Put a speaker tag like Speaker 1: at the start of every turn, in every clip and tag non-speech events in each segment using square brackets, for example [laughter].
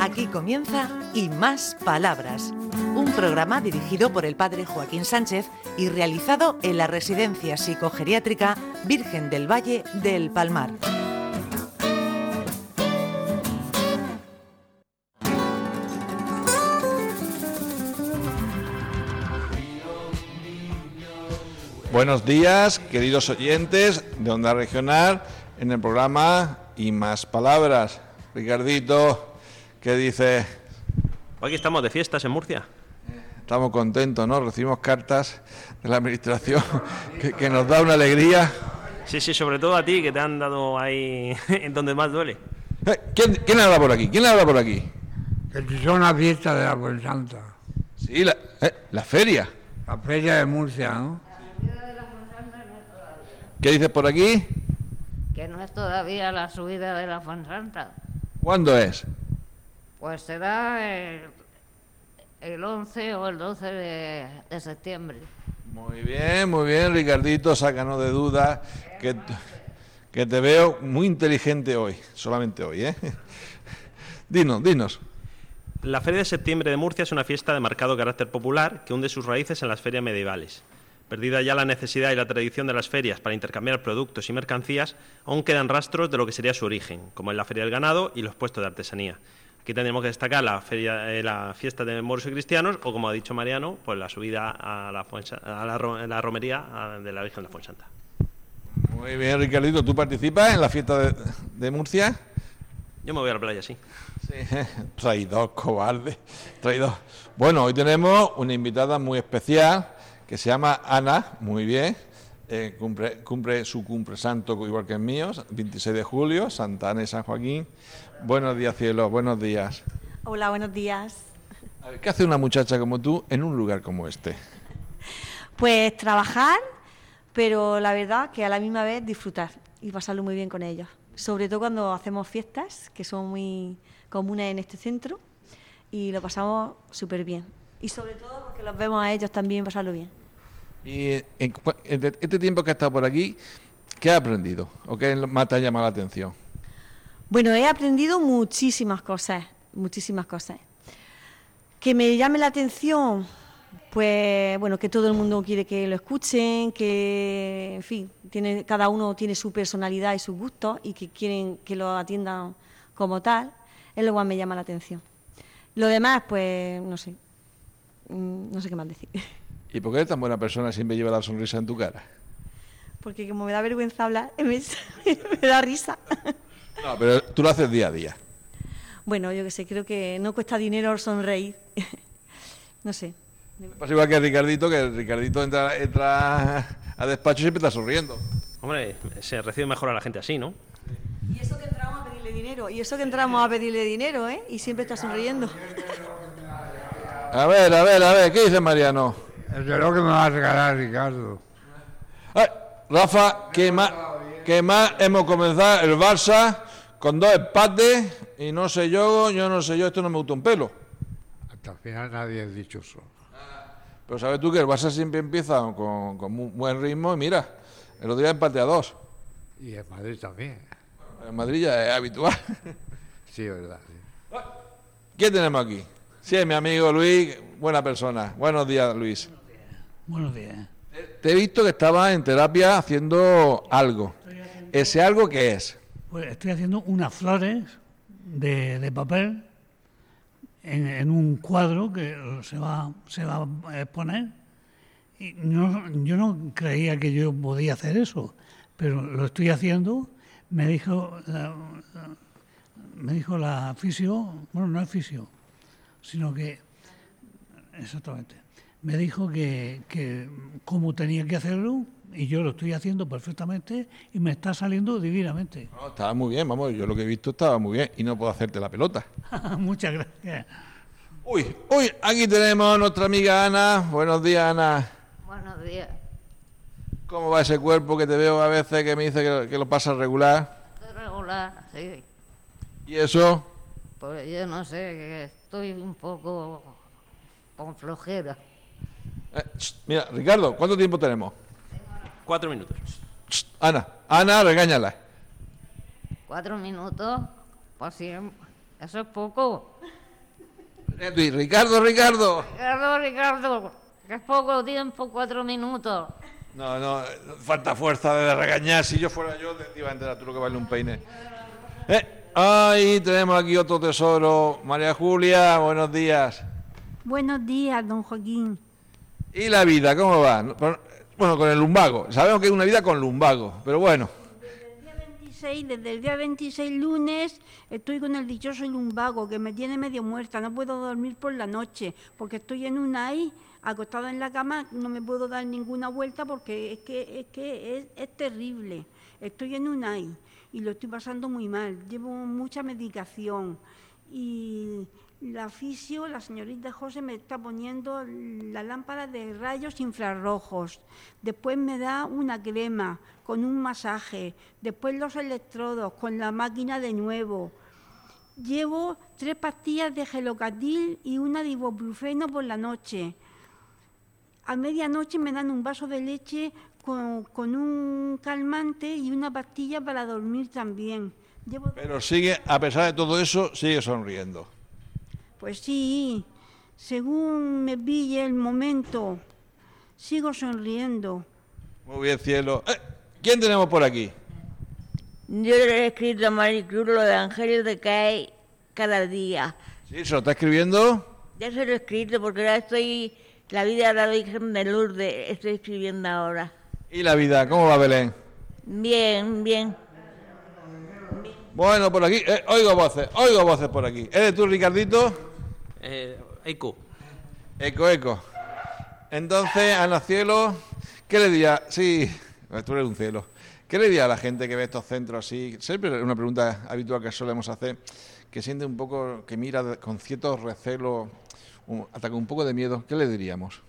Speaker 1: Aquí comienza Y Más Palabras, un programa dirigido por el padre Joaquín Sánchez y realizado en la Residencia Psicogeriátrica Virgen del Valle del Palmar.
Speaker 2: Buenos días, queridos oyentes de Onda Regional, en el programa Y Más Palabras. Ricardito, ¿qué dices?
Speaker 3: Pues Aquí estamos de fiestas en Murcia.
Speaker 2: Estamos contentos, ¿no? Recibimos cartas de la Administración [laughs] que, que nos da una alegría.
Speaker 3: Sí, sí, sobre todo a ti que te han dado ahí [laughs] en donde más duele.
Speaker 2: Eh, ¿Quién, quién habla por aquí? ¿Quién habla por aquí?
Speaker 4: Que son las fiestas de la Puebla Santa,
Speaker 2: Sí, la, eh, la feria.
Speaker 4: la feria de Murcia, ¿no?
Speaker 2: ¿Qué dices por aquí?
Speaker 5: que no es todavía la subida de la Fonsanta.
Speaker 2: ¿Cuándo es?
Speaker 5: Pues será el, el 11 o el 12 de, de septiembre.
Speaker 2: Muy bien, muy bien, Ricardito, sácanos de dudas, que, t- que te veo muy inteligente hoy, solamente hoy, ¿eh? [laughs] Dinos, dinos.
Speaker 3: La Feria de Septiembre de Murcia es una fiesta de marcado carácter popular que hunde sus raíces en las ferias medievales. Perdida ya la necesidad y la tradición de las ferias para intercambiar productos y mercancías, aún quedan rastros de lo que sería su origen, como en la Feria del Ganado y los puestos de artesanía. Aquí tendríamos que destacar la, feria, eh, la fiesta de moros y cristianos, o como ha dicho Mariano, pues la subida a la, Fuensa- a la ro- la romería ah, de la Virgen de la Fuensanta.
Speaker 2: Muy bien, Ricardito, ¿tú participas en la fiesta de, de Murcia?
Speaker 3: Yo me voy a la playa, sí.
Speaker 2: [laughs] Sí. Traidor, cobarde, traidor. Bueno, hoy tenemos una invitada muy especial que se llama Ana, muy bien. eh, cumple, cumple su cumple santo igual que el mío, 26 de julio, Santa Ana y San Joaquín. Buenos días, cielo, buenos días.
Speaker 6: Hola, buenos días.
Speaker 2: A ver, ¿Qué hace una muchacha como tú en un lugar como este?
Speaker 6: Pues trabajar, pero la verdad que a la misma vez disfrutar y pasarlo muy bien con ellos. Sobre todo cuando hacemos fiestas, que son muy comunes en este centro, y lo pasamos súper bien. Y sobre todo porque los vemos a ellos también pasarlo bien.
Speaker 2: Y eh, en cu- en este tiempo que has estado por aquí, ¿qué has aprendido? ¿O qué es lo más te ha llamado la atención?
Speaker 6: Bueno, he aprendido muchísimas cosas, muchísimas cosas. Que me llame la atención, pues bueno, que todo el mundo quiere que lo escuchen, que en fin, tiene, cada uno tiene su personalidad y sus gustos y que quieren que lo atiendan como tal, es lo que más me llama la atención. Lo demás, pues no sé, Mm, no sé qué más decir. [laughs]
Speaker 2: ¿Y por qué eres tan buena persona y siempre lleva la sonrisa en tu cara?
Speaker 6: Porque como me da vergüenza hablar, [laughs] me, me da risa.
Speaker 2: No, pero tú lo haces día a día.
Speaker 6: Bueno, yo que sé, creo que no cuesta dinero sonreír. [laughs] no sé.
Speaker 2: Pasa igual que Ricardito, que Ricardito entra, entra a despacho y siempre está sonriendo.
Speaker 3: Hombre, se recibe mejor a la gente así, ¿no?
Speaker 6: Y eso que entramos a pedirle dinero, y eso que entramos a pedirle dinero, ¿eh? Y siempre está sonriendo.
Speaker 2: A ver, a ver, a ver, ¿qué dice Mariano?
Speaker 4: El reloj que me va a regalar Ricardo.
Speaker 2: Ay, Rafa, ¿qué más, ¿qué más hemos comenzado? El Barça con dos empates y no sé yo, yo no sé yo, esto no me gusta un pelo.
Speaker 4: Hasta el final nadie es dichoso.
Speaker 2: Pero sabes tú que el Barça siempre empieza con, con muy buen ritmo y mira, el otro día empate a dos.
Speaker 4: Y en Madrid también.
Speaker 2: En Madrid ya es habitual.
Speaker 4: [laughs] Sí, verdad. sí.
Speaker 2: ¿Qué tenemos aquí? Sí, mi amigo Luis, buena persona. Buenos días, Luis.
Speaker 7: Buenos días.
Speaker 2: Te he visto que estabas en terapia haciendo algo. ¿Ese algo qué es?
Speaker 7: Pues estoy haciendo unas flores de, de papel en, en un cuadro que se va, se va a exponer. Y no, yo no creía que yo podía hacer eso, pero lo estoy haciendo. Me dijo la, me dijo la fisio, bueno, no es fisio, sino que, exactamente, me dijo que, que cómo tenía que hacerlo y yo lo estoy haciendo perfectamente y me está saliendo divinamente.
Speaker 2: No, estaba muy bien, vamos, yo lo que he visto estaba muy bien y no puedo hacerte la pelota.
Speaker 7: [laughs] Muchas gracias.
Speaker 2: Uy, uy, aquí tenemos a nuestra amiga Ana. Buenos días, Ana.
Speaker 5: Buenos días.
Speaker 2: ¿Cómo va ese cuerpo que te veo a veces que me dice que, que lo pasa regular?
Speaker 5: Estoy regular, sí.
Speaker 2: ¿Y eso?
Speaker 5: Pues yo no sé, que estoy un poco con flojera.
Speaker 2: Eh, sh, mira, Ricardo, ¿cuánto tiempo tenemos?
Speaker 3: Cuatro minutos.
Speaker 2: Sh, Ana, Ana, regáñala.
Speaker 5: Cuatro minutos, pues sí, eso es poco.
Speaker 2: Neto y Ricardo, Ricardo.
Speaker 5: Ricardo, Ricardo, que es poco tiempo, cuatro minutos.
Speaker 2: No, no, falta fuerza de regañar. Si yo fuera yo, te iba a enterar tú lo que vale un peine. Eh, ahí tenemos aquí otro tesoro. María Julia, buenos días.
Speaker 8: Buenos días, don Joaquín.
Speaker 2: ¿Y la vida, cómo va? No, pero- Bueno, con el lumbago. Sabemos que es una vida con lumbago, pero bueno.
Speaker 8: El día 26, desde el día 26 lunes estoy con el dichoso lumbago que me tiene medio muerta. No puedo dormir por la noche porque estoy en una ahí, acostada en la cama, no me puedo dar ninguna vuelta porque es que es, que es, es terrible. Estoy en una ahí y lo estoy pasando muy mal. Llevo mucha medicación y la fisio, la señorita José, me está poniendo la lámpara de rayos infrarrojos. Después me da una crema con un masaje. Después los electrodos con la máquina de nuevo. Llevo tres pastillas de gelocatil y una de ibuprofeno por la noche. A medianoche me dan un vaso de leche con, con un calmante y una pastilla para dormir también. Llevo
Speaker 2: Pero sigue, a pesar de todo eso, sigue sonriendo.
Speaker 8: Pues sí, según me pille el momento, sigo sonriendo.
Speaker 2: Muy bien, cielo. Eh, ¿Quién tenemos por aquí?
Speaker 9: Yo le he escrito a Maricruz lo de Angelio de Cae cada día.
Speaker 2: Sí, se lo está escribiendo.
Speaker 9: Ya se lo he escrito porque ahora estoy. La vida de la Virgen de Lourdes estoy escribiendo ahora.
Speaker 2: ¿Y la vida, cómo va Belén?
Speaker 9: Bien, bien.
Speaker 2: Bueno, por aquí, eh, oigo voces, oigo voces por aquí. ¿Eres tú, Ricardito?
Speaker 3: Eh, Aiku,
Speaker 2: Eco, eco. Entonces, Ana Cielo, ¿qué le diría? Sí, pues tú eres un cielo. ¿Qué le diría a la gente que ve estos centros así? Siempre es una pregunta habitual que solemos hacer, que siente un poco, que mira de- con cierto recelo, un- hasta con un poco de miedo. ¿Qué le diríamos?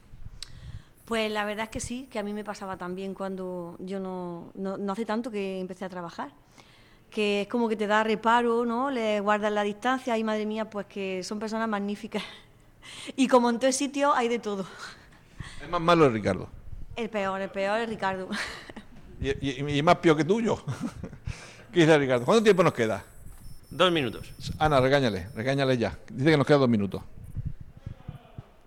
Speaker 6: Pues la verdad es que sí, que a mí me pasaba también cuando yo no, no, no hace tanto que empecé a trabajar, que es como que te da reparo, ¿no? Le guardas la distancia y madre mía, pues que son personas magníficas. [laughs] Y como en todo sitio hay de todo.
Speaker 2: Es más malo, Ricardo.
Speaker 6: El peor, el peor es Ricardo. [laughs]
Speaker 2: Y, y- y más pío que tuyo. [laughs] ¿Qué dice Ricardo? ¿Cuánto tiempo nos queda?
Speaker 3: dos minutos.
Speaker 2: Ana, Ah, regáñale, regáñale ya. Dice que nos quedan dos minutos.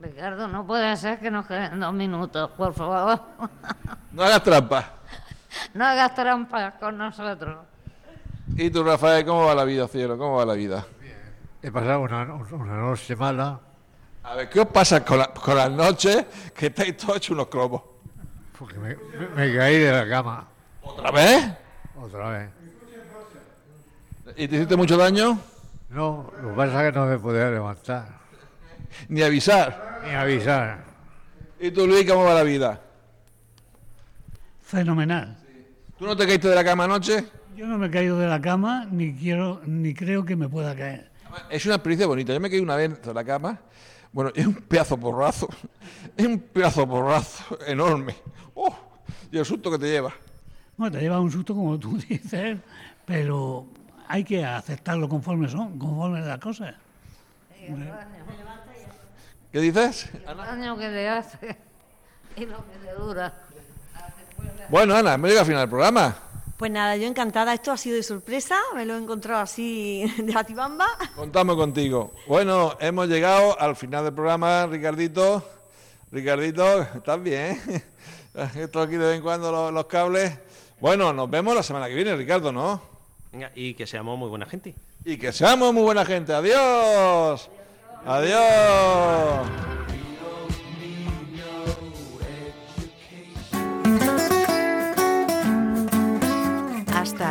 Speaker 5: Ricardo, no puede ser que nos queden dos minutos, por favor. [laughs]
Speaker 2: No hagas trampa.
Speaker 5: No hagas trampas con nosotros.
Speaker 2: ¿Y tú, Rafael, cómo va la vida, cielo? ¿Cómo va la vida?
Speaker 4: He pasado una, una noche mala
Speaker 2: A ver, ¿qué os pasa con, la- con las noches que estáis todos hechos unos cromos?
Speaker 4: porque me, me- me caí de la cama
Speaker 2: ¿Otra vez?
Speaker 4: otra vez.
Speaker 2: ¿Y te hiciste mucho daño?
Speaker 4: No, lo que pasa es que no me podía levantar
Speaker 2: Ni avisar.
Speaker 4: ni avisar.
Speaker 2: ¿Y tú, Luis, cómo va la vida?
Speaker 7: Fenomenal.
Speaker 2: ¿Tú no te caíste de la cama anoche?
Speaker 7: Yo no me he caído de la cama ni quiero ni creo que me pueda caer.
Speaker 2: Es una experiencia bonita. Yo me caí una vez de la cama. Bueno, es un pedazo porrazo. Es un pedazo porrazo enorme. ¡Oh! Y el susto que te lleva.
Speaker 7: Bueno, te lleva un susto como tú [laughs] dices, pero hay que aceptarlo conforme son, conforme las cosas.
Speaker 2: ¿Qué dices?
Speaker 5: El daño que le hace [laughs] y lo que le dura.
Speaker 2: Bueno, Ana, me llega al final del programa.
Speaker 6: Pues nada, yo encantada, esto ha sido de sorpresa, me lo he encontrado así [laughs] de batibamba.
Speaker 2: Contamos contigo. Bueno, hemos llegado al final del programa, Ricardito. Ricardito, ¿estás bien? [laughs] Esto aquí de vez en cuando lo- los, cables. Bueno, nos vemos la semana que viene, Ricardo, ¿no?
Speaker 3: Venga, y que seamos muy buena gente.
Speaker 2: Y que seamos muy buena gente. Adiós. Adiós.
Speaker 1: Hasta